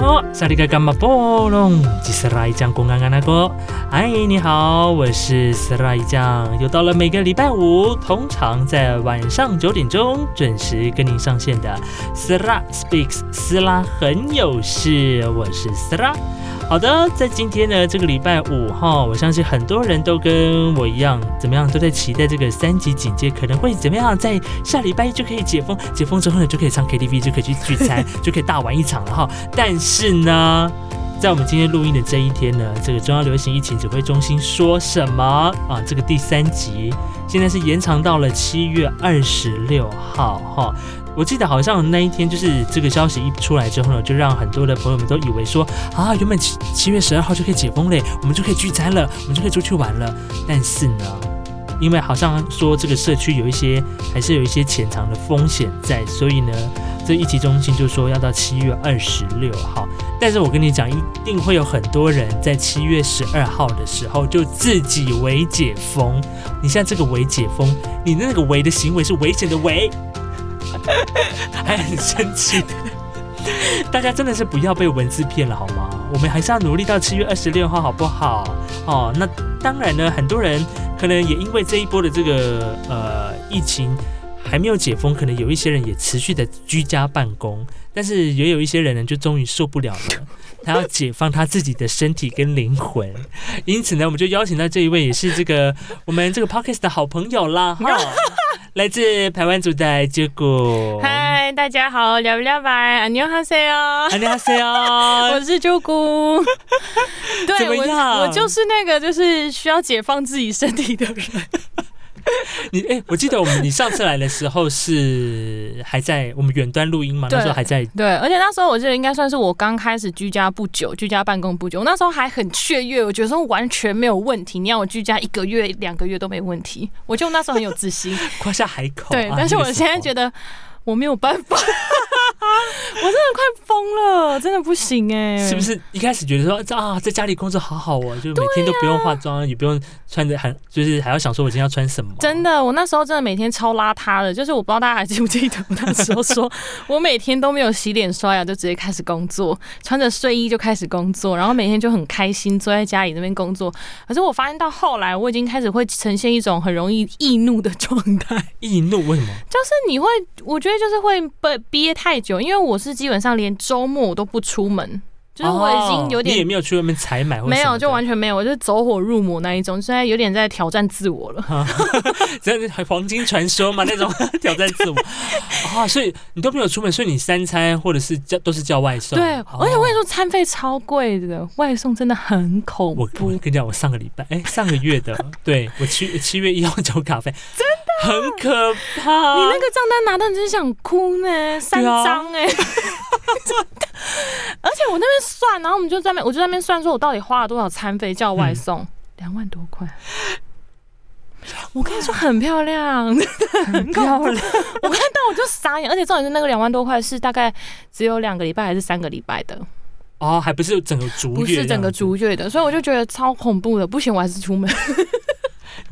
我萨利嘎嘎马波隆，吉斯拉伊酱公安安那哥。嗨，你好，我是斯拉伊酱，又到了每个礼拜五，通常在晚上九点钟准时跟您上线的斯拉 speaks，斯拉很有事，我是斯拉。好的，在今天呢，这个礼拜五哈，我相信很多人都跟我一样，怎么样都在期待这个三级警戒可能会怎么样，在下礼拜一就可以解封，解封之后呢，就可以唱 KTV，就可以去聚餐，就可以大玩一场了哈。但是呢，在我们今天录音的这一天呢，这个中央流行疫情指挥中心说什么啊？这个第三级现在是延长到了七月二十六号哈。我记得好像那一天就是这个消息一出来之后呢，就让很多的朋友们都以为说啊，原本七七月十二号就可以解封嘞，我们就可以聚餐了，我们就可以出去玩了。但是呢，因为好像说这个社区有一些还是有一些潜藏的风险在，所以呢，这一级中心就说要到七月二十六号。但是我跟你讲，一定会有很多人在七月十二号的时候就自己为解封。你现在这个为解封，你那个为的行为是危险的为，还很生气。大家真的是不要被文字骗了好吗？我们还是要努力到七月二十六号，好不好？哦，那当然呢，很多人可能也因为这一波的这个呃疫情还没有解封，可能有一些人也持续的居家办公，但是也有一些人呢，就终于受不了了，他要解放他自己的身体跟灵魂。因此呢，我们就邀请到这一位也是这个我们这个 podcast 的好朋友啦，哈，来自台湾族的结果。嗨，大家好，聊不聊啊吧？안녕하세안 요， 녕하세요哦我是朱 姑。怎对，么样我我就是那个就是需要解放自己身体的人。 你哎、我记得我们你上次来的时候是还在我们远端录音嘛，那时候对还在对，而且那时候我记得应该算是我刚开始居家不久，居家办公不久，我那时候还很雀跃，我觉得说完全没有问题，你让我居家一个月、两个月都没问题，我就那时候很有 自信。夸下海口啊。对，但是我现在觉得得我没有办法， 我真的快疯了，真的不行哎、是不？是一开始觉得说啊，在家里工作好好哦，就每啊天都不用化妆，也不用穿着很，就是还要想说我今天要穿什么。真的，我那时候真的每天超邋遢的，就是我不知道大家还记不记得，我那时候说 我每天都没有洗脸刷牙，就直接开始工作，穿着睡衣就开始工作，然后每天就很开心坐在家里那边工作。可是我发现到后来，我已经开始会呈现一种很容易易怒的状态，易怒为什么？就是你会，我觉得就是会被憋太久，因为我是基本上连周末我都不出门，就是我已经有哦你也点。没有去外面采买或者没什么有，的，就完全没有，我就是走火入魔那一种，现在有点在挑战自我了。真的黄金传说 嘛那种挑战自我啊，所以你都没有出门，所以你三餐或者是叫都是叫外送。对，哦而且我跟你说，餐费超贵的，外送真的很恐我我怖。跟你讲，我上个礼拜，哎、上个月 的，对我七七月一号交卡费，真的很可怕。你那个账单拿到，你真想哭呢，三啊张 哎、而且我那边算，然后我们就在那边，我就在那边算，说我到底花了多少餐费叫嗯外送，两、万多块。我跟你说很漂亮，很漂亮，我看到我就傻眼，而且重点是那个两万多块是大概只有两个礼拜还是三个礼拜的，哦，还不是整个竹月，不是整个。逐月的，所以我就觉得超恐怖的，不行我还是出门。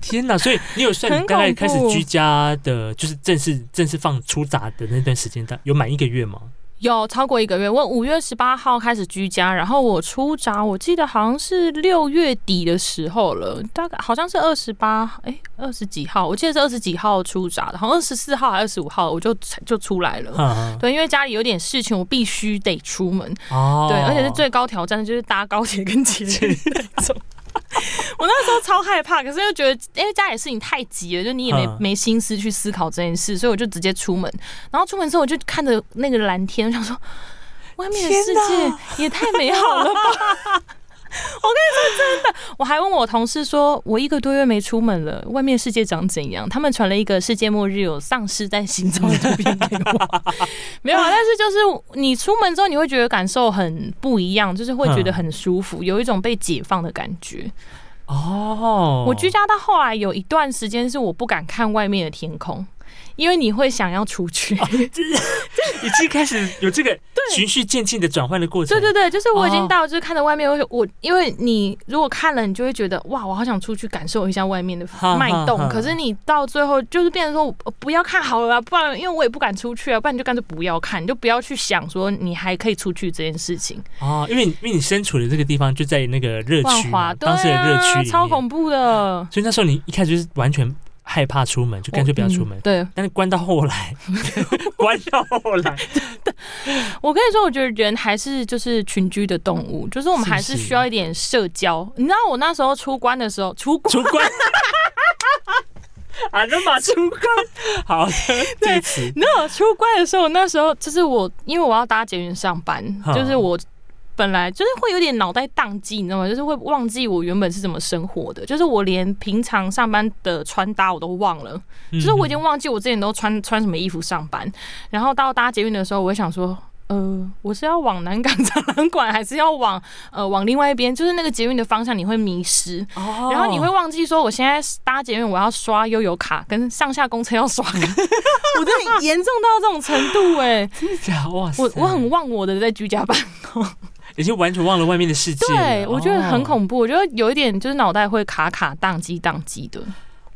天哪！所以你有算很你大概恐开始怖居家的，就是正式正式放出闸的那段时间，大有满一个月吗？有超过一个月。我五月十八号开始居家，然后我出闸，我记得好像是六月底的时候了，大概好像是二十八，哎，二十几号，我记得是二十几号出闸的，好像二十四号还二十五号，我就就出来了。啊，对，因为家里有点事情，我必须得出门。哦，对，而且是最高挑战的就是搭高铁 跟捷运那种。 我那时候超害怕，可是又觉得，因为家里事情太急了，就你也没、嗯没心思去思考这件事，所以我就直接出门。然后出门之后，我就看着那个蓝天，我想说，外面的世天哪界也太美好了吧！我跟你说真的，我还问我同事说，我一个多月没出门了，外面世界长怎样？他们传了一个世界末日有丧尸在行走的图片给我。没有啊，但是就是你出门之后，你会觉得感受很不一样，就是会觉得很舒服，有一种被解放的感觉。哦， 我居家到后来有一段时间是我不敢看外面的天空，因为你会想要出去。已经开始有 这个循序渐进的转换的过程。对对对，就是我已哦经到，就是看着外面，我我因为你如果看了，你就会觉得哇，我好想出去感受一下外面的哈脉动。哈哈可是你到最后就是变成说，呃不要看好了啊，不然因为我也不敢出去啊，不然你就干脆不要看，你就不要去想说你还可以出去这件事情。哦，因为你因为你身处的这个地方就在那个热万区嘛，华对当时的热区啊，里超面，恐怖的，所以那时候你一开始就是完全害怕出门，就干脆不要出门嗯。对但是关到后来， 关到后来，我跟你说，我觉得人还是就是群居的动物，就是我们是不还是是需要一点社交。你知道我那时候出关的时候， 出关出关， 啊，那马出关，好的，这个词没有出关的时候，那时候就是我，因为我要搭捷运上班哈，就是我本来就是会有点脑袋宕机，你知道吗？就是会忘记我原本是怎么生活的，就是我连平常上班的穿搭我都忘了，就是嗯我已经忘记我之前都穿穿什么衣服上班，然后到搭捷运的时候，我会想说。呃，我是要往南港展览馆，还是要往呃往另外一边？就是那个捷运的方向，你会迷失。哦然后你会忘记说，我现在搭捷运，我要刷悠游卡，跟上下公车要刷卡， 我真的严重到这种程度哎、真的假的哇塞， 我我很忘我的在居家办公，已经完全忘了外面的世界了，哦 对我觉得很怖恐怖，我觉得有一点就是脑袋会卡卡宕机宕机的，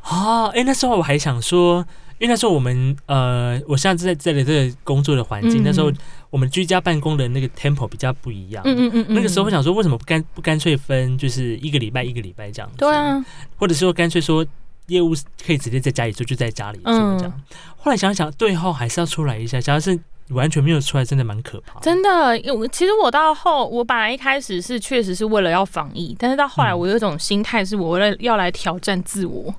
哦，哎、那时候我还想说。因为那时候我们呃，我现在在这里这个工作的环境，嗯那时候我们居家办公的那个 tempo 比较不一样，嗯嗯嗯嗯，哦那个时候我想说，为什么不干不干脆分，就是一个礼拜一个礼拜这样子？对，啊，或者是说干脆说业务可以直接在家里做，就在家里做嗯这样。后来想想，对后还是要出来一下，假如是完全没有出来，真的蛮可怕的。真的，因为我其实我到后，我本来一开始是确实是为了要防疫，但是到后来嗯我有一种心态是，我为了要来挑战自我，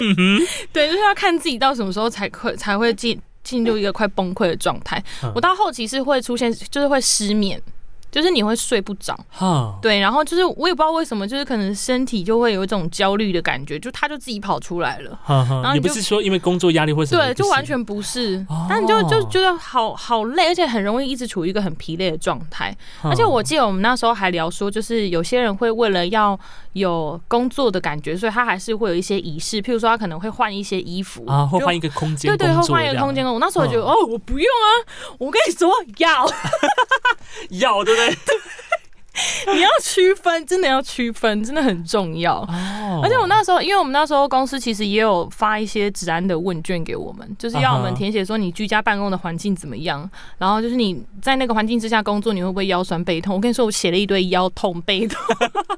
嗯 对，就是要看自己到什么时候才快才会进进入一个快崩溃的状态嗯。我到后期是会出现，就是会失眠。就是你会睡不着，嗯哈，对，然后就是我也不知道为什么，就是可能身体就会有一种焦虑的感觉，就它就自己跑出来了，哈然哈，后也你不就是说因为工作压力或什么，对，就不是完全不是哦，但你就就觉得好好累，而且很容易一直处于一个很疲累的状态。哈而且我记得我们那时候还聊说，就是有些人会为了要有工作的感觉，所以他还是会有一些仪式，譬如说他可能会换一些衣服啊，会就换一个空间对工作对，这会样，嗯换一个空间工作。我那时候觉得、哦，我不用啊，我跟你说要， 要对不对？你要区分，真的要区分，真的很重要。哦而且我那时候，因为我们那时候公司其实也有发一些治安的问卷给我们，就是要我啊们哈填写说你居家办公的环境怎么样，然后就是你在那个环境之下工作，你会不会腰酸背痛？我跟你说，我写了一堆腰痛背痛，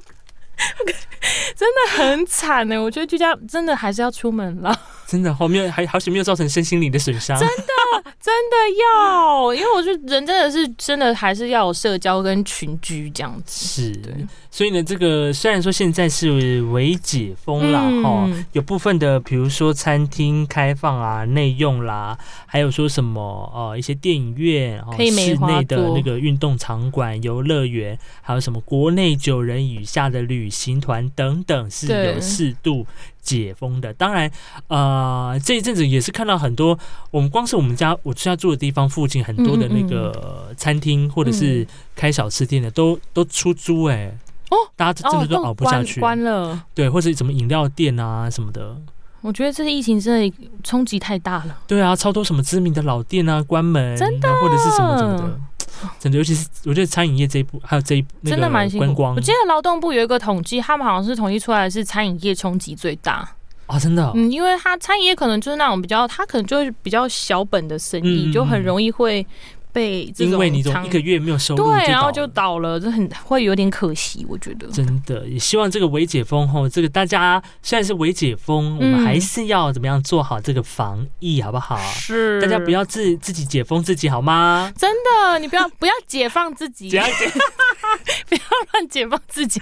真的很惨欸呢、我觉得居家真的还是要出门了，真的后面还好险没有造成身心灵的损伤，真的真的要，因为我觉得人真的是真的还是要有社交跟群居这样子。是。所以呢，这个虽然说现在是微解封啦，哈、嗯有部分的，比如说餐厅开放啊、内用啦，还有说什么呃一些电影院、哦可以梅室花内的座那个运动场馆、游乐园，还有什么国内九人以下的旅行团等等，是有对适度解封的。当然，呃，这一阵子也是看到很多，我们光是我们家我家住的地方附近很多的那嗯个餐厅或者是开小吃店的，都都出租哎、哦大家真的都都熬不下关去，关了。对，或者什么饮料店啊什么的，我觉得这次疫情真的冲击太大了，对啊，超多什么知名的老店啊关门，真的，或者是什么什么的，真的，尤其是我觉得餐饮业这一步，还有这一那真的蛮个辛苦观。光我记得劳动部有一个统计，他们好像是统计出来是餐饮业冲击最大。啊，真的哦，嗯，因为它餐饮业可能就是那种比较，它可能就是比较小本的生意，嗯嗯嗯就很容易会被这种因为你总长一个月没有收入，对，然后就倒了倒了，这很会有点可惜，我觉得。真的也希望这个微解封后，这个大家虽然是微解封，我们嗯还是要怎么样做好这个防疫，好不好？是啊大家不要自自己解封自己好吗？真的，你不要不要解放自己，只要 解乱解放自己。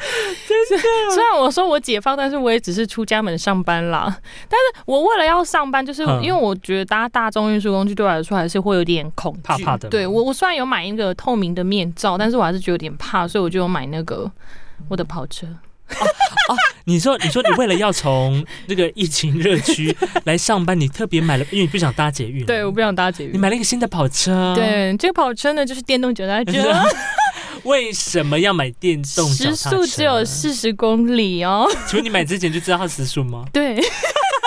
虽然我说我解放，但是我也只是出家门上班啦。但是我为了要上班，就是嗯因为我觉得搭大众运输工具对我来说还是会有点恐惧，怕怕的对我，我虽然有买一个透明的面罩，但是我还是觉得有点怕，所以我就有买那个我的跑车。嗯你说，你说你为了要从那个疫情热 区来上班，你特别买了，因为你不想搭捷运，对，我不想搭捷你运。买了一个新的跑车，，对，这个跑车呢就是电动 脚踏车，为什么要买电动脚踏时车？速只有四十公里哦。请问你买之前就知道它时速吗？对，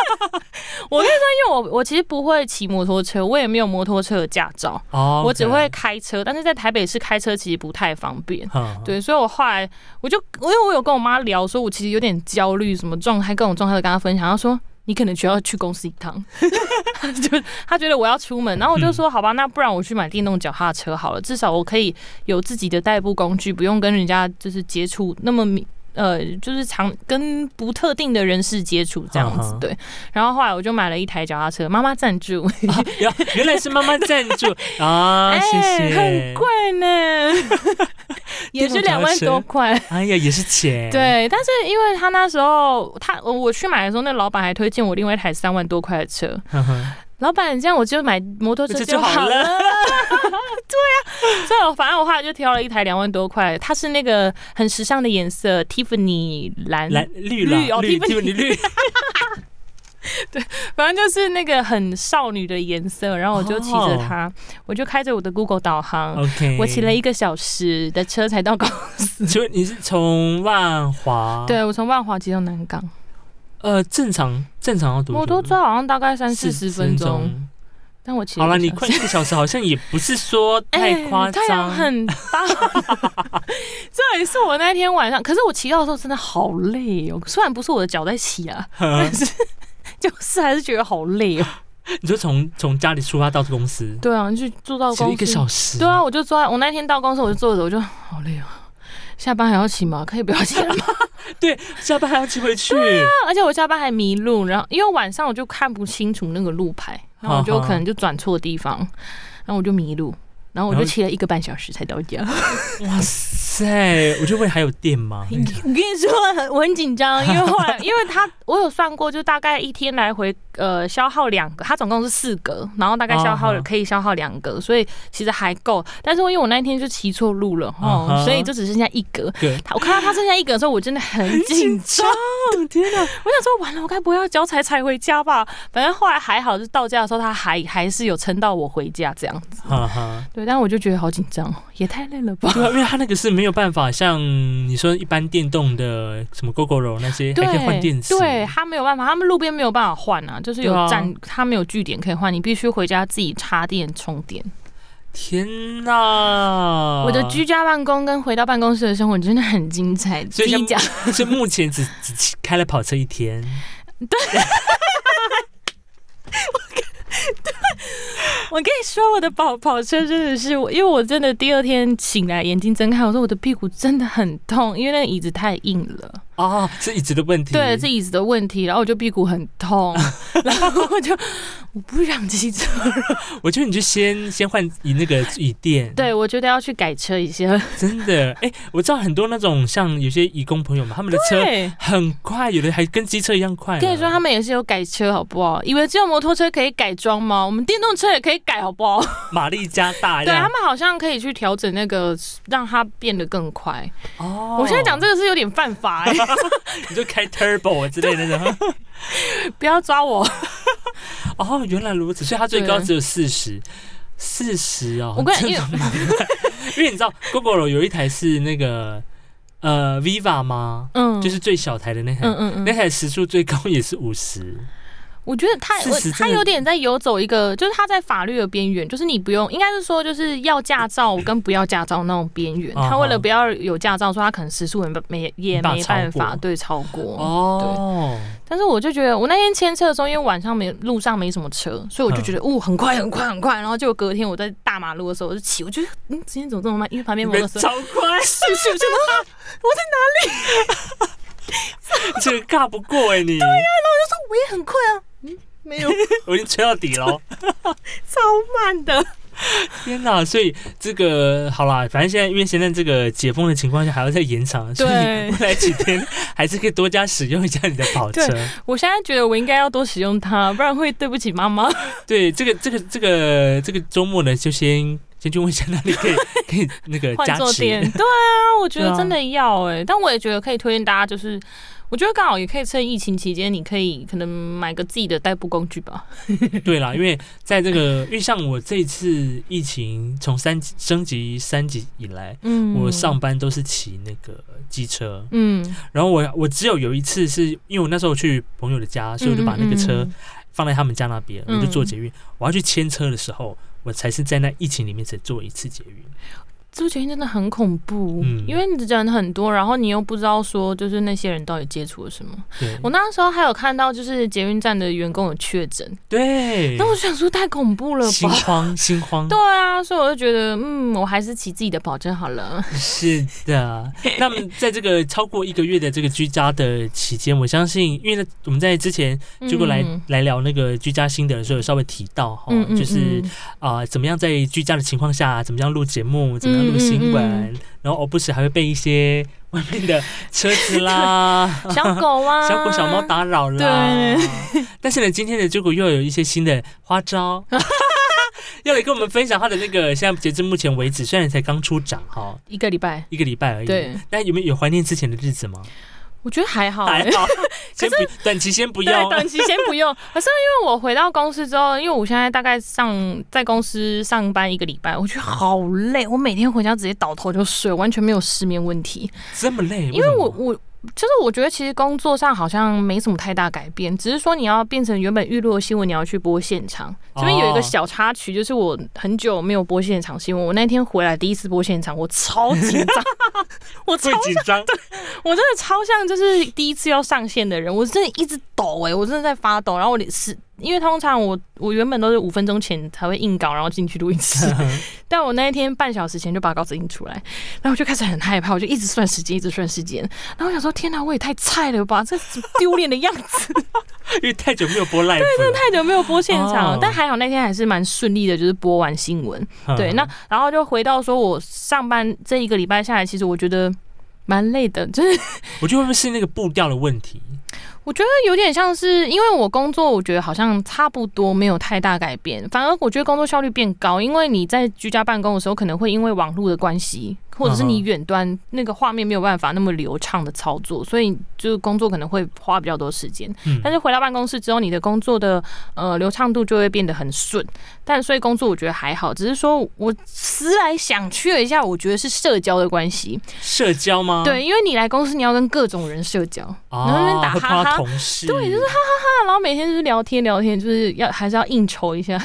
我那时候因为我我其实不会骑摩托车，我也没有摩托车的驾照，哦，我只会开车，但是在台北市开车其实不太方便。嗯，对，所以我后来我就因为我有跟我妈聊，说我其实有点焦虑，什么状态各种状态都跟她分享，她说。你可能需要去公司一趟， 就她觉得我要出门，然后我嗯就说好吧，那不然我去买电动脚踏车好了，至少我可以有自己的代步工具，不用跟人家就是接触那么密呃，就是常跟不特定的人士接触这样嗯子哼对。然后后来我就买了一台脚踏车，妈妈赞助，啊原原来是妈妈赞 助啊，谢谢，哎很贵呢， 也是两万多块。哎呀，也是钱，，对，但是因为他那时候他呃我去买的时候，那老板还推荐我另外一台三万多块的车。老板，这样我就买摩托车这就好好了了。 对啊，所以我反正我后来就挑了一台两万多块，它是那个很时尚的颜色，Tiffany 蓝，蓝绿绿啦哦绿 Tiffany 你 绿，反正就是那个很少女的颜色。然后我就骑着它，我就开着我的 Google 导航。哦 OK，我骑了一个小时的车才到高雄，请问你是从万华？，对我从万华骑到南港，呃，正常正常要多久？摩托车好像大概三四十分钟，钟。但我骑好了了，一个你小时快一个小时，好像也不是说太哎，夸太阳张。很 大。这也是我那天晚上，可是我骑到的时候真的好累哦。虽然不是我的脚在骑 啊，但是就是还是觉得好累哦。你就从从家里出发到公司，对啊，就坐到只有公司一个小时。对啊，我就坐在我那天到公司我就坐着，我就好累哦。下班还要骑吗？可以不要骑 了吗？对，下班还要骑回去。而且我下班还迷路，然后因为晚上我就看不清楚那个路牌，然后我就哈哈可能就转错地方，然后我就迷路，然后我然就后骑了一个半小时才到家。哇塞，我就问还有电吗？我跟你说，很我很紧张，因为后来，因为他 我有算过，就大概一天来回呃消耗两个，他总共是四个，然后大概消啊耗哈可以消耗两个，所以其实还够。但是因为我那一天就骑错路了啊哦哈，所以就只剩下一格。对，他我看到他剩下一格的时候，我真的很紧张。，天哪！我想说，完了，我该不会要脚踩踩回家吧？反正后来还好，就到家的时候，他还还是有撑到我回家这样子。哈哈，对，但我就觉得好紧张哦，也太累了吧。对啊，因为它那个是没有办法像你说一般电动的什么 GoGoRo 那些，还对可以换电池。对他没有办法，他们路边没有办法换啊，就是有对啊站，他没有据点可以换，你必须回家自己插电充电。天哪！我的居家办公跟回到办公室的生活真的很精彩。所以自像己讲，是目前只只骑开了跑车一天， 我跟你说，我的跑跑车真的是，我因为我真的第二天醒来眼睛睁开，我说我的屁股真的很痛，因为那个椅子太硬了。哦，是椅子的问题。对，是椅子的问题，然后我就 屁股很痛，然后我就我不想骑车， 我觉得你就先先换以那个椅垫。，对我觉得要去改车一下。真的，哎、我知道很多那种像有些义工朋友们，他们的车对。很快，有的还跟机车一样快。跟你说，他，们也是有改车，好不好？以为只有摩托车可以改装吗？我们电动车也可以改，好不好？马力加大对他哎呀。们好像可以去调整那个，让它变得更快。哦我现在讲这个是有点犯法、欸，你就开 turbo 之类的那种。 不要 抓我。哦，原来如此，所以它最高只有四十，四十哦。我跟真你的蛮快因为你知道 GoGoRo 有一台是那个呃 Viva 吗？嗯，就是哎最小台的那台，嗯嗯那嗯，台时速最高也是五十。我觉得他事我实他真的有点在游走一个，就是他在法律的边缘，就是你不用，应该是说就是要驾照跟不要驾照那种边缘。啊哈他为了不要有驾照，说他可能时速也没也没办法没办超法过对超过。哦，但是我就觉得，我那天牵车的时候，因为晚上没路上没什么车，所以嗯我就觉得，哦，很快很快很快。然后就隔天我在大马路的时候，我就骑，我觉得，嗯，今天怎么这么慢？因为旁边你摩托们车，超快，是不是我就说啊我在哪？ 啊这个尬不过哎、你，我说我也很快啊，嗯，没有，我已经吹到底了。哦超慢的。天哪！所以这个好啦，反正现在因为现在这个解封的情况下还要再延长，所以对未来几天还是可以多加使用一下你的跑车。对我现在觉得我应该要多使用它，不然会对不起妈妈。对，这个这个这个这个周末呢，就先 先去问一下哪里可以 可以那个 换加坐持垫，。对啊，我觉对得啊真的要哎、但我也觉得可以推荐大家，就是我觉得刚好也可以趁疫情期间，你可以可能买个自己的代步工具吧。对啦，因为在这个，因为像我这一次疫情从三级升级三级以来，嗯我上班都是骑那个机车，嗯，然后我我只有有一次是因为我那时候去朋友的家，所以我就把那个嗯车嗯嗯哎、放在他们家那边，嗯我就坐捷运。我要去牵车的时候，我才是在那疫情里面只坐一次捷运。自助酒店真的很恐怖，嗯因为人很多，然后你又不知道说就是那些人到底接触了什么。对，我那时候还有看到就是捷运站的员工有确诊，对但，我想说太恐怖了嗯心吧。 慌，心慌。对啊，所以我就觉得，嗯，我还是骑自己的保证好了。是 的，那么在这个超过一个月的这个居家的期间，我相信，因为我们在之前 结果来、嗯来聊那个居家心得的时候，有稍微提到哈，嗯嗯就是嗯啊、怎么样在居家的情况下，啊怎么样录节目，怎么样录新闻，嗯、然后偶不时还会被一些外面的车子啦 小狗 啊，小狗、小猫打扰啦。但是呢，今天的结果又有一些新的花 招。要来跟我们分享他的那个，现在截至目前为止，虽然才刚出掌哈，一个礼拜，一个礼拜而已。对，但有没有有怀念之前的日子吗？我觉得还好、还欸。 好，先不短期先不对，要。短期先不用。可是因为我回到公司之后，因为我现在大概上在公司上班一个礼拜，我觉得好累，我每天回家直接倒头就睡，完全没有失眠问题。这么累，因为我欸什么我就是我觉得其实工作上好像没什么太大改变，只是说你要变成原本预录的新闻，你要去播现场。这边有哦一个小插曲，就是我很久没有播现场新闻，我那天回来第一次播现场，我超 紧张，我超会紧张，我真的超像就是第一次要上线的人，我真的一直抖哎、我真的在发抖，然后我脸是。因为通常我我原本都是五分钟前才会硬稿，然后进去录音 室，但我那一天半小时前就把稿子印出来，然后我就开始很害怕，我就一直算时间，一直算时间，然后我想说天哪，我也太菜了吧，这是丢脸的样子， 因为太久没有播 live 了。太久没有播现场，哦但还好那天还是蛮顺利的，就是播完新闻，嗯对，那然后就回到说我上班这一个礼拜下来，其实我觉得蛮累的，就是我觉得会不会是那个步调的问题？我觉得有点像是，因为我工作，我觉得好像差不多没有太大改变，反而我觉得工作效率变高，因为你在居家办公的时候，可能会因为网络的关系，或者是你嗯哼远端那个画面没有办法那么流畅的操作，所以就是工作可能会花比较多时间。嗯但是回到办公室之后，你的工作的呃流畅度就会变得很顺，但所以工作我觉得还好，只是说我思来想去了一下，我觉得是社交的关系，社交吗？对，因为你来公司你要跟各种人社交。哦，然后那边打会哈碰到哈同事，对就是哈，然后每天就是聊天聊天，就是要还是要应酬一下，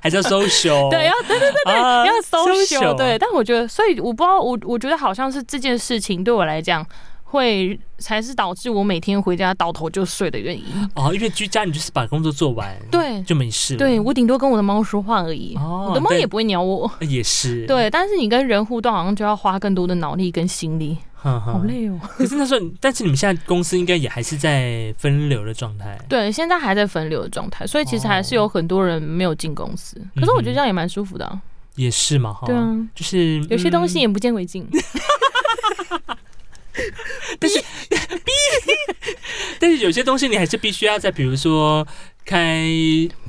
还是要 social， 对，要对对对对，啊要哦 social， social 啊对。但我觉得，所以我不知道，我我觉得好像是这件事情对我来讲，会才是导致我每天回家倒头就睡的原因。哦，因为居家你就是把工作做完，，对，就没事了。对我顶多跟我的猫说话而已，哦我的猫对也不会鸟我。呃，也是，，对，但是你跟人互动，好像就要花更多的脑力跟心力，好好。累 哦。可是那时候，但是你们现在公司应该也还是在分流的状态。对，现在还在分流的状态，所以其实还是有很多人没有进公司。可是我觉得这样也蛮舒服的啊、也是嘛，哈，对啊，就是有些东嗯西眼不见为 净。但是有些东西你还是必须要在，比如说开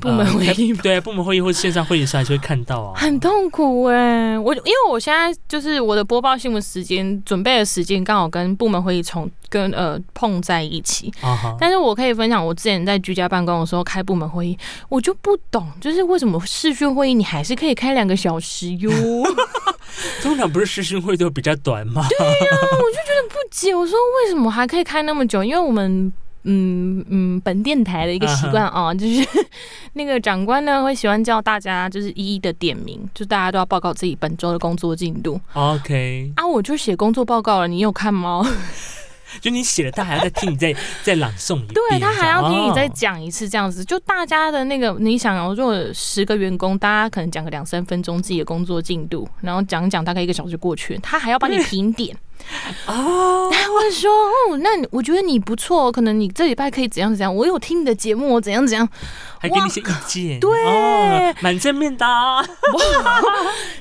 呃部门会议开对部门会议或是线上会议的时候，还是会看到 啊。很痛苦哎、我因为我现在就是我的播报新闻时间准备的时间刚好跟部门会议重跟呃碰在一起，啊哈，但是我可以分享我之前在居家办公的时候开部门会议，我就不懂，就是为什么视讯会议你还是可以开两个小时哟，不通常不是试训会都比较短吗？解我说为什么还可以开那么久，因为我们。嗯嗯，本电台的一个习惯啊， 就是那个长官呢会喜欢叫大家就是一一的点名，就大家都要报告自己本周的工作进度。 OK，啊，我就写工作报告了，你有看吗？就你写了，他还要再听你再再朗诵一遍，对他还要听你再哦讲一次，这样子，就大家的那个，你想哦，如果有十个员工，大家可能讲个两三分钟自己的工作进度，然后讲一讲，大概一个小时过去，他还要帮你评点。 哦。他会说，哦，那你我觉得你不错，哦可能你这礼拜可以怎样怎样，我有听你的节目，我怎样怎样。还给你一些意见，对哦，蛮正面的啊、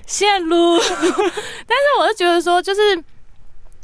线路。但是我就觉得说，就是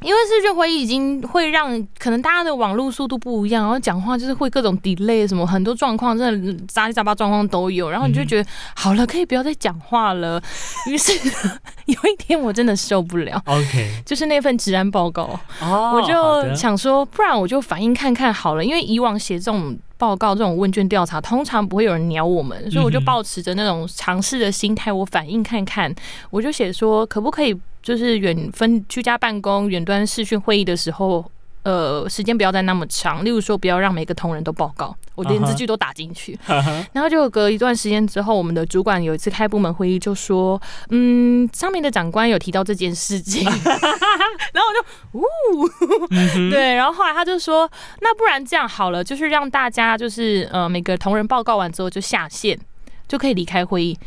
因为视讯会议已经会让可能大家的网络速度不一样，然后讲话就是会各种 delay 什么，很多状况真的嗯杂七杂八状况都有，然后你就嗯觉得、好了，可以不要再讲话了。于是 有一天我真的受不了。 OK，就是那份治安报告，哦，好我的 就想说，不然我就反映看看好了，因为以往写这种报告、这种问卷调查，通常不会有人鸟我们，所以我就嗯哼抱持着那种尝试的心态，我反映看看，我就写说，可不可以就是远分居家办公、远端视讯会议的时候。呃时间不要再那么长，例如说不要让每个同仁都报告，我连啊字哈句都打进去。哈哈然后就隔一段时间之后，我们的主管有一次开部门会议就说，嗯，上面的长官有提到这件 事情， 然后我就，呜、嗯对，然后后来他就说，那不然这样好了，就是让大家就是呃每个同仁报告完之后就下线，就可以离开会议。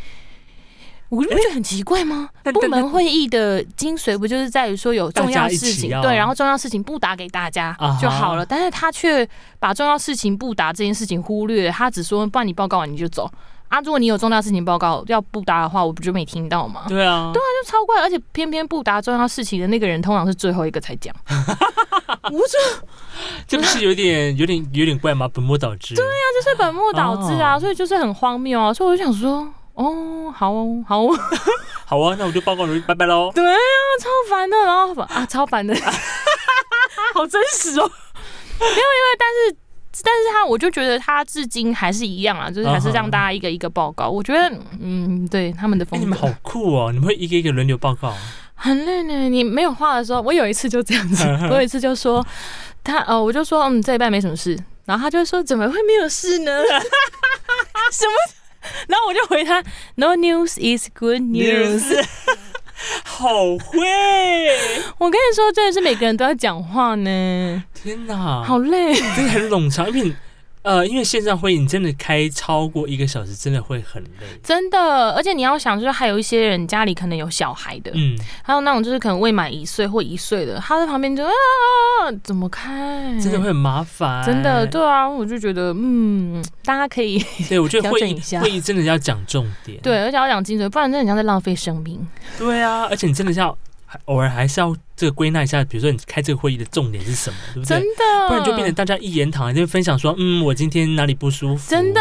我就觉得很奇怪 吗？但部但门会议的精髓不就是在于说有重大家要一事起情要对，然后重要事情不打给大家啊哈就好了，但是他却把重要事情不答这件事情忽略，他只说不然你报告完你就走啊。如果你有重大事情报告要不答的话，我不就没听 到吗？对啊，就超怪，而且偏偏不答重要 事情的那个人通常是最后一个才讲。无知这不是有点有点有点怪吗？本末倒置。对啊，就是本末倒置啊，哦所以就是很荒谬啊。所以我就想说，哦，好哦，好哦，好啊，那我就报告了，拜拜喽。对啊，超烦的，然后啊，超 烦的，好真实哦。没有，因为但是但是他，我就觉得他至今还是一样啊，就是还是让大家一个一个报告。我觉得，嗯，对他们的哎，风你格、们好酷哦！你们会一个一个轮流报告，很累呢。你没有话的时候，我有一次就这样子，嗯我有一次就说他呃，我就说嗯，这一半没什么事，然后他就说怎么会没有事呢？ 什么？然后我就回他，No news is good news。 好会！我跟你说，真的是每个人都要讲话呢，天哪，好累。 真的很冗长，因为你呃，因为线上会议你真的开超过一个小时，真的会很累。真的，而且你要想，就是还有一些人家里可能有小孩的，嗯，还有那种就是可能未满一岁或一岁的，他在旁边就啊，怎么看？真的会很麻烦。真的，对啊，我就觉得，嗯，大家可以对，我觉得调会整议一下会议真的要讲重点。对，而且要讲精准，不然真的很像在浪费生命。对啊，而且你真的是要偶尔还是要这个归纳一下，比如说你开这个会议的重点是什么，对不真对？的，不然就变成大家一言堂，就分享说，嗯，我今天哪里不舒服，真的，，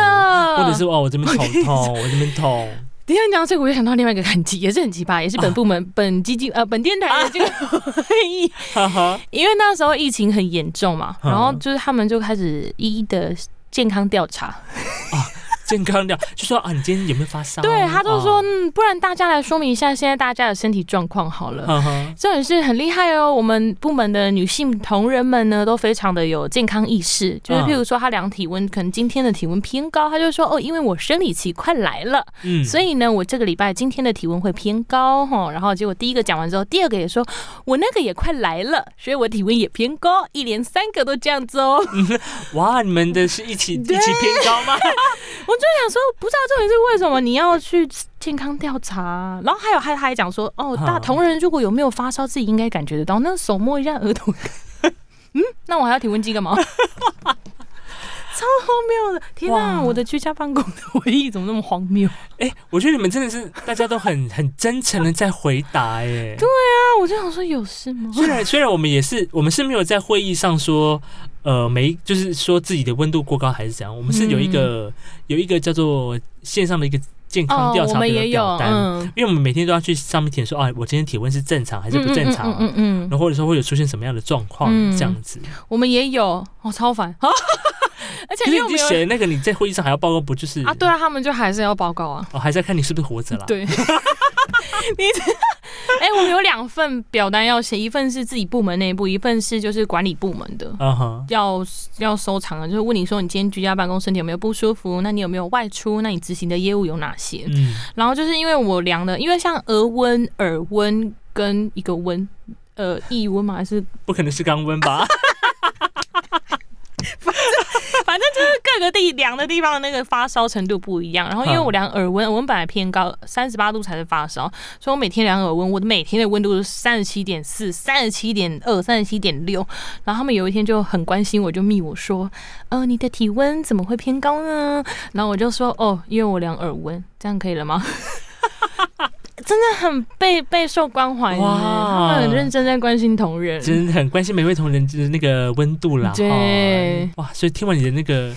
或者是哦，我这边头痛，我这边 痛，你看讲这个，我就想到另外一个很奇，也是很奇葩，也是啊本 部门、本基金呃本电台的这个会议， 哈哈，因为那时候疫情很严重嘛，嗯然后就是他们就开始一一的。健康调查，健康掉，就说啊，你今天有没有发烧？对，他就说，啊，嗯，不然大家来说明一下现在大家的身体状况好了。啊哈哈，这也是很厉害哦。我们部门的女性同仁们呢，都非常的有健康意识。就是嗯譬如说，她量体温，可能今天的体温偏高，她就说：“哦，因为我生理期快来了，嗯，所以呢，我这个礼拜今天的体温会偏高哈。吼”然后结果第一个讲完之后，第二个也说：“我那个也快来了，所以我体温也偏高。”一连三个都这样子哦。哇，你们的是一起一起 对偏高吗？ 我就想说，不知道重点是为什么你要去健康调查，啊然后还有还还讲说，哦，嗯大同仁如果有没有发烧，自己应该感觉得到，那手摸一下额头，嗯，那我还要体温 计干嘛？超荒谬的！天哪、哇我的居家办公的回忆怎么那么荒谬？啊哎、我觉得你们真的是大家都很很真诚的在回答、哎耶。对，那我就想说，有事吗？ 虽然虽然我们也是，我们是没有在会议上说，呃，没就是说自己的温度过高还是怎样，我们是有一个、有一个叫做线上的一个健康嗯哦调，我查的们一也个有表，单，嗯，因为我们每天都要去上面填说啊，我今天体温是正常还是不正常，啊嗯嗯嗯嗯嗯然后或者说会有出现什么样的状况、嗯这样子。我们也有，哦，超 烦，而且可是因为我你们就有写的那个你在会议上还要报告，不就是啊，对啊，他们就还是要报告啊。哦，还在看你是不是活着啦。对， 你这哎、我们有两份表单要写，一份是自己部门内部，一份是就是管理部门的。嗯哼，要要收藏的，就是问你说你今天居家办公身体有没有不舒服？那你有没有外出？那你执行的业务有哪些？嗯，然后就是因为我量的，因为像额温、耳温跟一个温，呃，腋温嘛，还是不可能是肛温 吧？反正就是各个地量的地方的那个发烧程度不一样。然后因为我量耳温，耳温本来偏高，三十八度才是发烧，所以我每天量耳温，我的每天的温度是三十七点四、三十七点二、三十七点六。然后他们有一天就很关心我，就密我说：“呃，你的体温怎么会偏高呢？”然后我就说：“哦，因为我量耳温，这样可以了吗？” 真的很备备受关怀呢，哇他们很认真在关心同仁。真的很关心每位同仁的那个温度啦。对哈，哎哇，所以听完你的那 个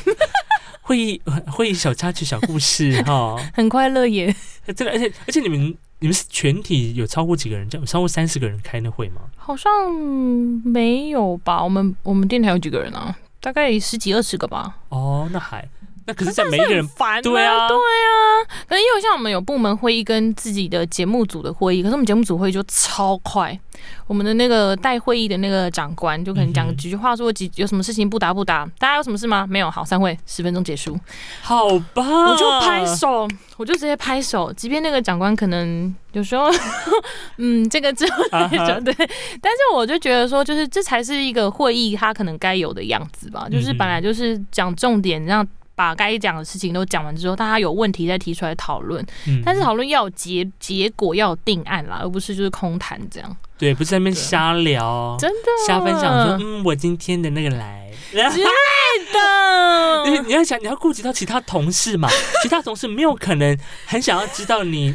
会议会议小插曲、小故 事哈，很快乐耶，真的，而且而且你们你们是全体有超过几个人？这样有超过三十个人开那会吗？好像没有吧？我们我们电台有几个人啊？大概十几二十个吧。哦，那还那可是在每一个人很烦、对啊对啊。可是因为像我们有部门会议跟自己的节目组的会议，可是我们节目组会议就超快。我们的那个带会议的那个长官就可能嗯讲哼几句话，说几有什么事情不打不打，大家有什么事吗？没有，好，散会，十分钟结束。好吧，我就拍手，我就直接拍手，即便那个长官可能有时候， 嗯，这个之后啊那哈种对，但是我就觉得说，就是这才是一个会议它可能该有的样子吧，就是嗯哼本来就是讲重点，让把该讲的事情都讲完之后，大家有问题再提出来讨论，嗯但是讨论要有结结果，要有定案啦，而不是就是空谈这样，对，不是在那边对啊瞎聊，真的瞎分享说，嗯，我今天的那个来。之类 你的，你要想，你要顾及到其他同事 嘛，其他同事没有可能很想要知道你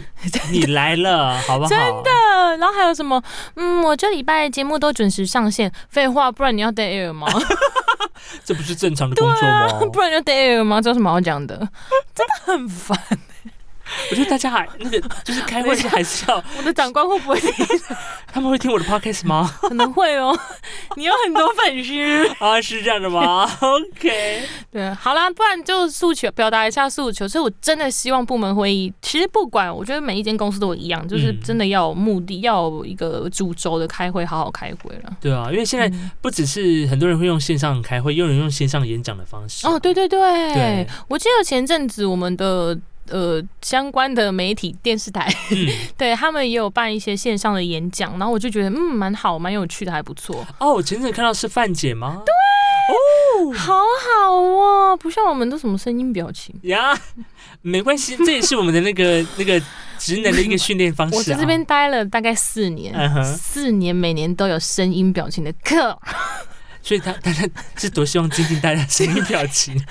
你来了，好不好？真的，呃，然后还有什么？嗯，我这礼拜节目都准时上线，废话，不然你要 d a 吗？这不是正常的工作吗？ 不然就 day air 吗？这有什么好讲的？真的很烦。我觉得大家还那个就是开会的时候还是要，我的长官会不会听？他们会听我的 podcast 吗？ 可能会哦。 你有很多粉丝。啊，是这样的吗？OK， 对，好啦，不然就诉求表达一下诉求。所以我真的希望部门会议，其实不管，我觉得每一间公司都一样，就是嗯真的要有目的，要有一个主轴的开会，好好开会了。对啊，因为现在嗯不只是很多人会用线上开会，也有人用线上演讲的方式。哦，对对对，对我记得前阵子我们的。呃，相关的媒体、电视台，嗯 对他们也有办一些线上的演讲，然后我就觉得，嗯，蛮好，蛮有趣的，还不错。哦，我前阵看到是范姐吗？嗯好好哦，不像我们都什么声音表情。呀，没关系，这也是我们的那 个那个职能的一个训练方式、啊。我在这边待了大概四年嗯哼四年每年都有声音表情的课， 所以他大家是多希望听听大家声音表 情。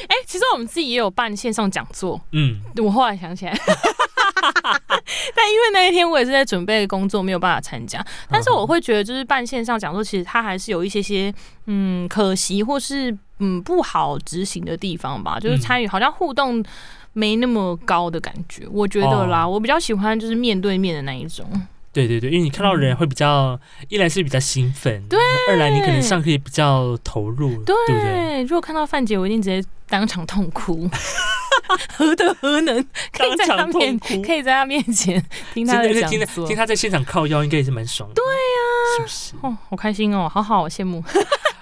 哎、其实我们自己也有办线上讲座，嗯，我后来想起来， 但因为那一天我也是在准备工作，没有办法参加。但是我会觉得，就是办线上讲座，其实它还是有一些些嗯可惜或是嗯不好执行的地方嗯吧，就是参与好像互动。没那么高的感觉，我觉得啦，哦我比较喜欢就是面对面的那一种。对对对，因为你看到人会比较，嗯一来是比较兴奋，对；二来你可能上课也比较投入，对，不对？如果看到范姐，我一定直接当场痛 哭，何德何能，可以在当她场痛面，哭可以在 她面前听真她的的是讲听他座听。他在现场靠腰，应该也是蛮爽的。对呀、是不是？哦，好开心哦，好好，我羡慕，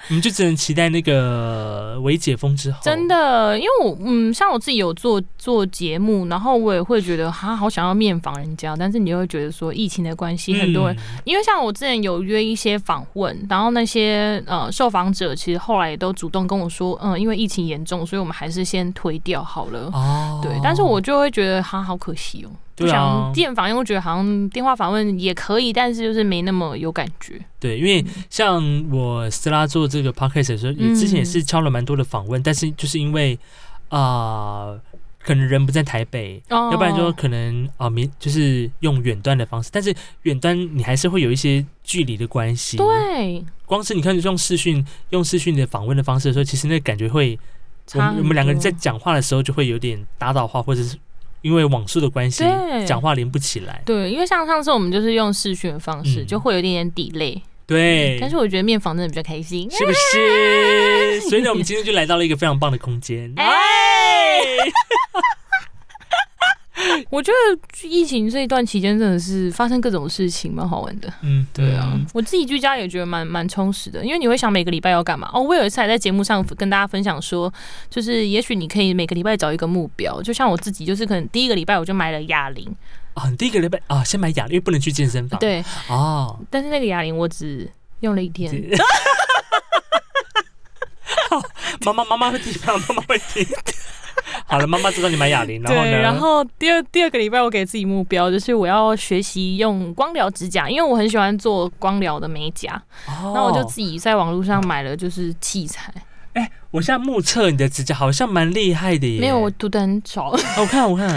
我们就只能期待那个微解封之后，真的，因为我嗯，像我自己有做做节目，然后我也会觉得哈，好想要面访人家，但是你又会觉得说疫情的关系，很多人、嗯因为像我之前有约一些访问，然后那些呃受访者其实后来也都主动跟我说，嗯，因为疫情严重，所以我们还是先推掉好了。哦，对，但是我就会觉得哈，好可惜哦。不对啊想电访，因为我觉得好像电话访问也可以，但是就是没那么有感觉。对，因为像我斯拉做这个 podcast 的时候，也嗯之前也是敲了蛮多的访问，但是就是因为啊、呃可能人不在台北，哦要不然就可能啊，没、就是用远端的方式，但是远端你还是会有一些距离的关系。，对，光是你看用视讯用视讯的访问的方式的时候，其实那个感觉会，我差们很我们两个人在多讲话的时候就会有点打倒话，或者是因为网速的关系，对讲话连不起来。对，因为像上次我们就是用视讯的方式，嗯就会有一点点 delay，对，但是我觉得面访真的比较开心。是不是？ 所以呢，我们今天就来到了一个非常棒的空间。 哎，我觉得疫情这一段期间真的是发生各种事情，蛮好玩的。嗯，对嗯，我自己居家也觉得蛮蛮充实的，因为你会想每个礼拜要干嘛。哦，我有一次还在节目上跟大家分享说，就是也许你可以每个礼拜找一个目标，就像我自己，就是可能第一个礼拜我就买了哑铃，啊，你第一个礼拜啊，先买哑铃，因为不能去健身房。，对，哦，但是那个哑铃我只用了一天，这 好妈妈妈妈会听，妈妈会 听。好了，妈妈知道你买哑铃，然后对，呢？然后第二第二个礼拜我给自己目标就是我要学习用光疗指甲，因为我很喜欢做光疗的美甲，哦，那、我就自己在网络上买了就是器材，哎，我现在目测你的指甲好像蛮厉害的耶。没有我我，读的很丑，通我看我看，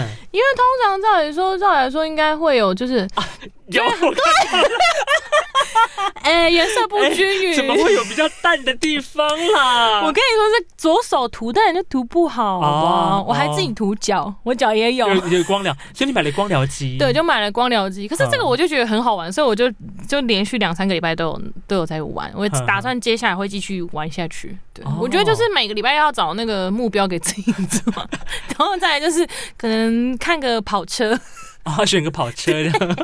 常照理说照理来说应该会有就是啊有我看哎，颜色不均匀。怎么会有比较淡的地方啊啦？ 我跟你说，是左手涂，但人就涂不好，好不好哦我还自己涂脚，我脚也有。有有光疗，所以你买了光疗机。对，就买了光疗机。可是这个嗯我就觉得很好玩，所以我就就连续两三个礼拜都有都有在玩，我哼打算接下来会继续玩下去。对，嗯哦我觉得就是每个礼拜要找那个目标给自己做， 然后再来就是可能看个跑车。 啊，选个跑车这 样，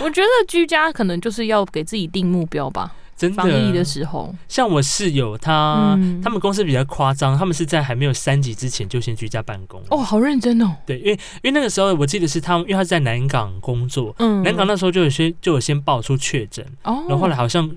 我觉得居家可能就是要给自己定目标吧，真防疫的的。时候，像我室友他，嗯他们公司比较夸张，他们是在还没有三级之前就先居家办公。哦，，好认真哦，对，因为因为那个时候我记得是他们，因为他是在南港工作，嗯，南哎港那时候就有些就有先爆出确诊，哦，然后后来好像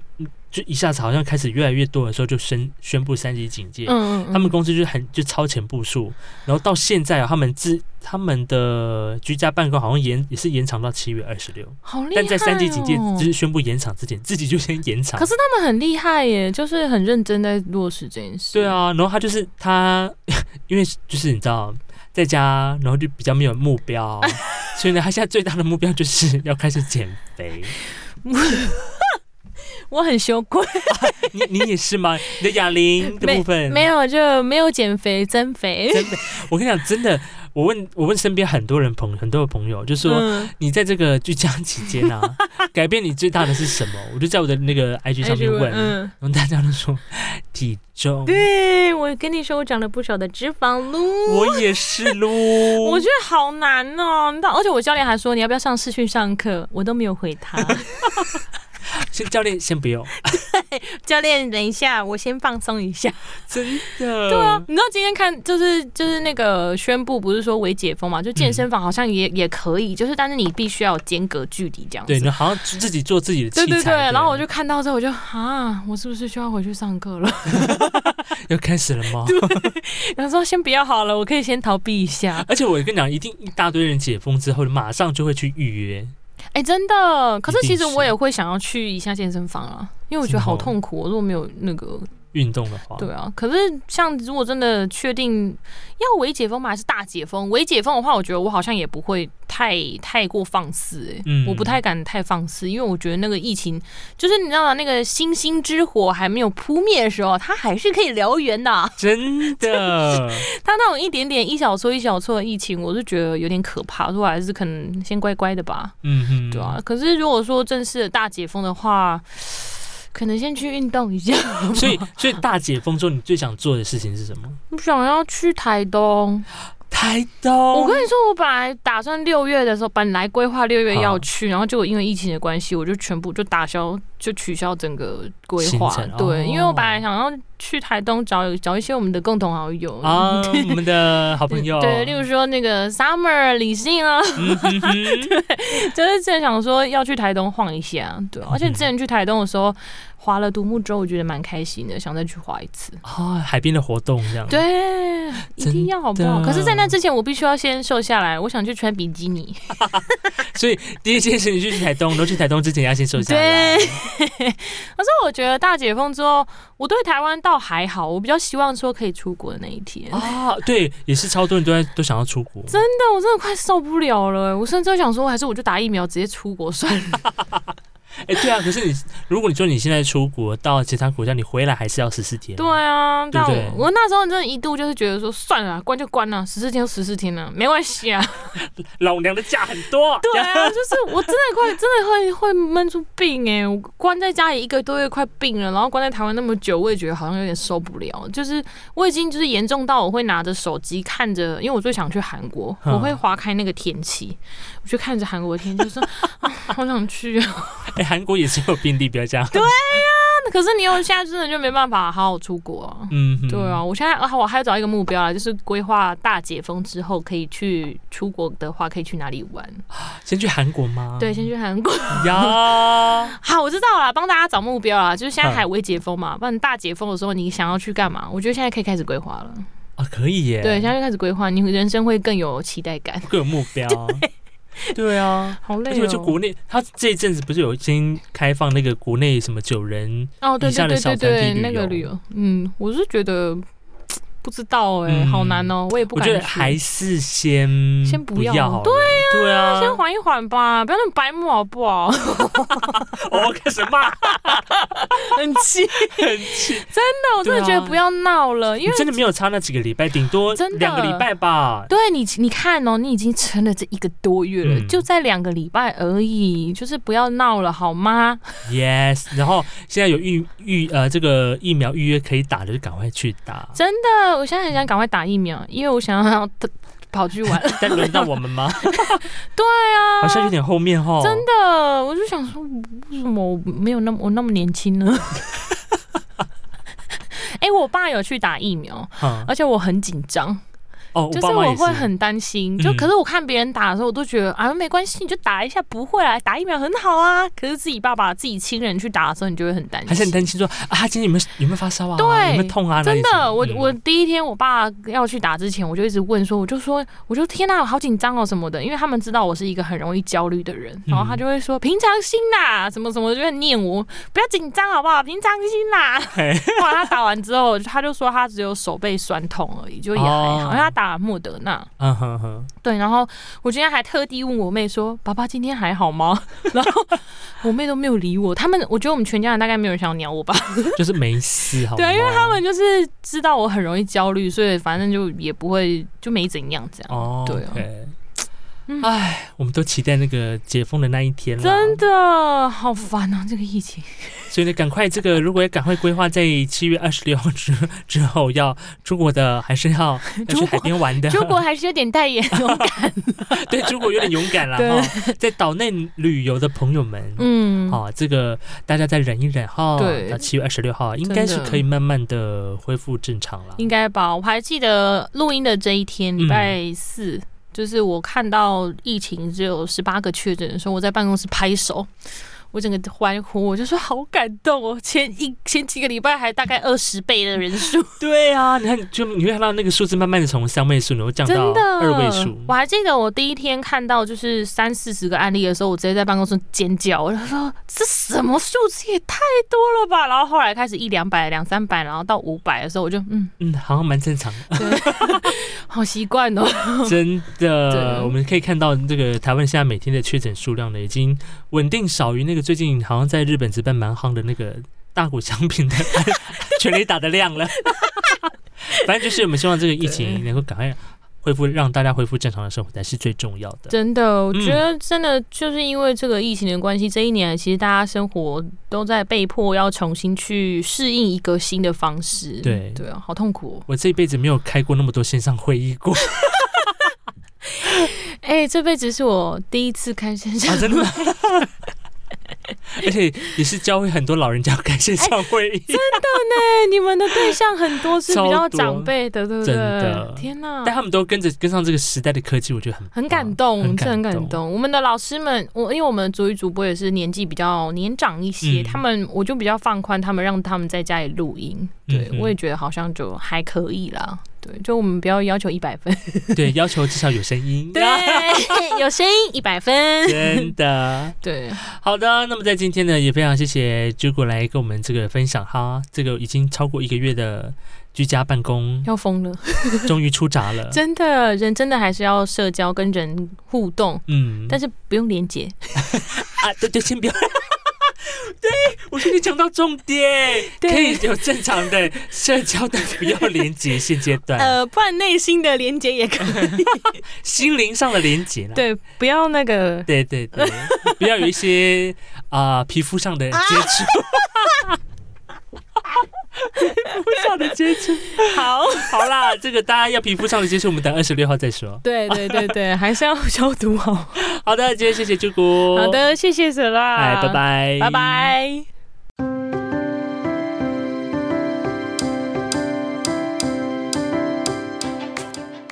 就一下子好像开始越来越多的时候就宣宣布三级警戒。嗯，嗯嗯，他们公司就是很就超前部署，然后到现在啊，他们自他们的居家办公好像延也是延长到七月二十六，好厉害、但哦，在三级警戒就是宣布延长之前，自己就先延长可。是他们很厉害耶，就是很认真在落实这件事。对，啊，然后他就是他， 因为就是你知道，在家然后就比较没有目标，所以呢，他现在最大的目标就是要开始减肥。我很羞愧，你你也是吗？你的哑铃的没部分没有就没有减肥增肥。真的，我跟你讲，真的，我问我问身边很多人朋很多的朋友，就说、嗯，你在这个居家期间 啊，改变你最大的是什么？我就在我的那个 IG 上面问，嗯，然后大家都说体重。对我跟你说，我长了不少的脂肪喽。我也是喽， 我觉得好难哦，你知道而且我教练还说你要不要上视讯上课，我都没有回 他。先教练先不用，教练，等一下，我先放松一下。真的。对啊，你知道今天看就是就是那个宣布不是说微解封嘛，就健身房好像也、也可以，就是但是你必须要有间隔距离这样子。对，你好像自己做自己的器对材。对对，然后我就看到之后，我就啊，我是不是需要回去上课了？ 又开始了吗？然后说先不要好了，我可以先逃避 一下。而且我跟你讲，一定一大堆人解封之后，马上就会去预约。哎、真的，可是其实一定是我也会想要去一下健身房啊，因为我觉得好痛苦、哦，如果没有那个，运动的话，对啊。可是像如果真的确定要微解封吗？还是大解封？微解封的话，我觉得我好像也不会太太过放肆、哎、嗯我不太敢太放肆，因为我觉得那个疫情，就是你知道吗？那个星星之火还没有扑灭的时候，它还是可以燎原的啊、真 的，他那种一点点一小撮一小撮的疫情，我是觉得有点可怕，所以我还是可能先乖乖的吧，嗯哼，对啊。可是如果说正式的大解封的话，可能先去运动一下。所以，所以大解封之后，你最想做的事情是什 么？我想要去台东，台东，我跟你说，我本来打算六月的时候，本来规划六月要好去，然后结果因为疫情的关系，我就全部就打消，就取消整个规划行程。对，哦因为我本来想要去台东找找一些我们的共同好友 啊，我们的好朋友， 对，例如说那个 Summer 李信啊，嗯哼 哼，就是之前想说要去台东晃一下，对啊，而且嗯之前去台东的时候划了独木舟，我觉得蛮开心的，想再去划一次。啊，海边的活动这样，，对，一定要好不好？真的可是，在那之前，我必须要先瘦下来。我想去穿比基尼，所以第一件事你去台东，然后去台东之前要先瘦下来，对 可是我觉得大解封之后，我对台湾倒还好，我比较希望说可以出国的那一天。啊，对，也是超多人都在都想要出国，真的，我真的快受不了了欸、我甚至会想说，还是我就打疫苗直接出国算了。哎，对啊，可是你如果你说你现在出国到其他国家，你回来还是要十四天，对，啊，但对不我对我那时候真的一度就是觉得说，算了啊，关就关了、十四天就十四天了、没关 系啊。老娘的假很多，对啊，就是我真的快，真的会会闷出病哎、我关在家里一个多月快病了，然后关在台湾那么久，我也觉得好像有点受不了。就是我已经就是严重到我会拿着手机看着，因为我最想去韩国，嗯我会划开那个天气，我就看着韩国的天气，就说、啊、好想去啊。 哎，韩国也是有病例，不要这样，对，可是你又现在真的就没办法好好出国啊。嗯哼，对啊，我现在啊，我还要找一个目标啊，就是规划大解封之后可以去出国的话，可以去哪里玩？啊先去韩国吗？对，先去韩国。 呀，好，我知道啦，帮大家找目标啦，就是现在嗯还未解封嘛，不然大解封的时候你想要去干嘛？我觉得现在可以开始规划了。啊，可以耶，对，现在就开始规划，你人生会更有期待感。各有目标，对啊。好而累且哦。就国内，他这一阵子不是有先开放那个国内什么九人哦，对以下对的对对小团体旅游对，那个旅游，嗯，我是觉得。不知道哎、嗯好难哦、我也不我敢觉去。得还是先先不要好了对啊，先缓一缓吧，不要那么白目好不 好？我开始骂，很气，很气。那我 真的觉对得啊不要闹了，因你为真的没有差那几个礼拜，顶多真的两个礼拜吧。对你，你看哦，你已经撑了这一个多月了，嗯就在两个礼拜而已，就是不要闹了好吗？ Yes，然后现在有预预呃这个疫苗预约可以打的，就赶快去 打。真的，我现在很想赶快打疫苗，因为我想要跑去玩。但轮到我们吗？ 对啊，好像有点后面 哦。真的，我就想说，为什么我没有那么我那么年轻 呢？哎、我爸有去打疫苗，嗯而且我很紧张，哦，就是爸妈我也会很担心。就嗯可是我看别人打的时候，我都觉得啊，没关系，你就打一下，不会啊，打疫苗很好啊。可是自己爸爸、自己亲人去打的时候，你就会很担还是很心。担心说啊，他今天有没有有没有发烧啊？对有没有痛啊？哪真里什的，么我嗯我第一天我爸要去打之前，我就一直问说，我就说，我就天呐、我好紧张哦什么的，因为他们知道我是一个很容易焦虑的嗯人，然后他就会说平常心啦，什么什么，就会念我不要紧张好不好，平常心啦。 嘿后来他打完之后，他就说他只有手背酸痛而已，就也还好，哦因为他打了莫德纳。嗯哼哼，对，然后我今天还特地问我妹说：“爸爸今天还好吗？” 然后我妹都没有理我。他们，我觉得我们全家人大概没有人想要鸟我吧。就是没事，好吗。对，因为他们就是知道我很容易焦虑，所以反正就也不会就没怎样这样。哦，对啊 OK 嗯唉，我们都期待那个解封的那一天了。真的好烦啊！这个疫情所以呢，赶快这个，如果要赶快规划在七月二十六之之后要出国的，还 是要要去出国海边玩的。出国还是有点带 眼勇敢。对出国有点勇敢啦。对哈，在岛内旅游的朋友们。嗯，好、这个大家再忍一忍哈。对到七月二十六号应真该是的可以慢慢的恢复正常了。应该吧？我还记得录音的这一天，礼嗯拜四。就是我看到疫情只有十八个确诊的时候，我在办公室拍手，我整个欢呼，我就说好感动哦！前一前几个礼拜还大概二十倍的人数，对啊，你看，就你会看到那个数字慢慢的从三位数，然后降真 到的二位数。我还记得我第一天看到就是三四十个案例的时候，我直接在办公室尖叫，我就说这什么数字也太多了吧！然后后来开始一两百、两三百，然后到五百的时候，我就嗯，嗯，好像蛮正常的， 好习惯哦。 真的。对我们可以看到这个台湾现在每天的确诊数量呢，已经稳定少于那个最近好像在日本直办蛮夯的那个大谷翔平的 全垒打的量了。反正就是我们希望这个疫情能够赶快恢复，让大家恢复正常的生活才是最重要的。嗯真的，我觉得真的就是因为这个疫情的关系，这一年其实大家生活都在被迫要重新去适应一个新的方式。对对啊，好痛苦、哦。我这一辈子没有开过那么多线上会议 过啊，哎、这辈子是我第一次哎 看线上啊真的 吗。而且也是教会很多老人家开线上会哎议。对，你们的对象很多是比超较多长辈的，对不真对的？天哪但！他们都跟着跟上这个时代的科技，我觉得很很棒感动，哦很真的很感感动。我们的老师们，我因为我们主语主播也是年纪比较年长一些，嗯他们我就比较放宽他们，让他们在家里录音。对、嗯嗯我也觉得好像就还可以啦。对，就我们不要要求一百分，对，要求至少有声音。对， 有声音一 百分，真的对， 好的，那么在今天呢，也非常谢谢 j u g o 来跟我们这个分享哈，这个已经超过一个月的居家办 公要疯了，终于出闸了，真的人真的还是要社交跟人互动，嗯，但是不用连接，啊，对对，先不要。 对，我觉得你讲到重点，对可以有正常的社交，但不要连接。现阶段、 呃，不然内心的连接也可以，心灵上的连接啦， 对，不要那个对对对，不要有一些啊、皮肤上的接触。 皮肤上的接触，好。好啦，这个大家要皮肤上的接触，我们等二十六号再说。 对对对对，还是要消毒好。好的，今天谢谢朱姑，好，的，谢谢死啦，哎，拜，拜，拜。拜。